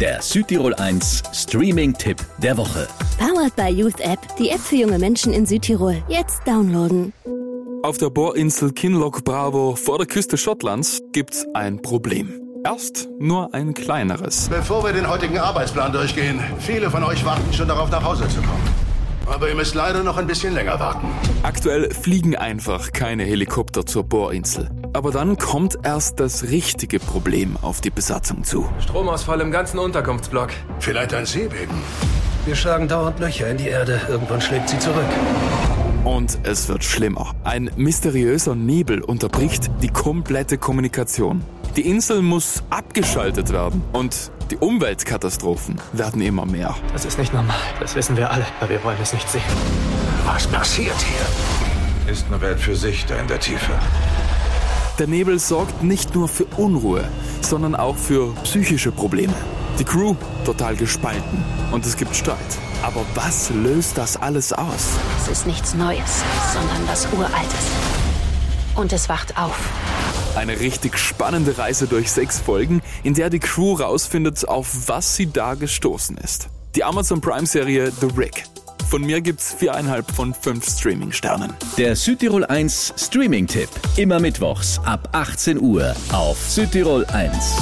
Der Südtirol 1 Streaming-Tipp der Woche. Powered by Youth App, die App für junge Menschen in Südtirol. Jetzt downloaden. Auf der Bohrinsel Kinloch Bravo vor der Küste Schottlands gibt's ein Problem. Erst nur ein kleineres. Bevor wir den heutigen Arbeitsplan durchgehen, viele von euch warten schon darauf, nach Hause zu kommen. Aber ihr müsst leider noch ein bisschen länger warten. Aktuell fliegen einfach keine Helikopter zur Bohrinsel. Aber dann kommt erst das richtige Problem auf die Besatzung zu. Stromausfall im ganzen Unterkunftsblock. Vielleicht ein Seebeben. Wir schlagen dauernd Löcher in die Erde. Irgendwann schlägt sie zurück. Und es wird schlimmer. Ein mysteriöser Nebel unterbricht die komplette Kommunikation. Die Insel muss abgeschaltet werden und die Umweltkatastrophen werden immer mehr. Das ist nicht normal. Das wissen wir alle, aber wir wollen es nicht sehen. Was passiert hier? Ist eine Welt für sich da in der Tiefe. Der Nebel sorgt nicht nur für Unruhe, sondern auch für psychische Probleme. Die Crew total gespalten und es gibt Streit. Aber was löst das alles aus? Es ist nichts Neues, sondern was Uraltes. Und es wacht auf. Eine richtig spannende Reise durch sechs Folgen, in der die Crew rausfindet, auf was sie da gestoßen ist. Die Amazon Prime-Serie The Rick. Von mir gibt's viereinhalb von fünf Streaming-Sternen. Der Südtirol 1 Streaming-Tipp. Immer mittwochs ab 18 Uhr auf Südtirol 1.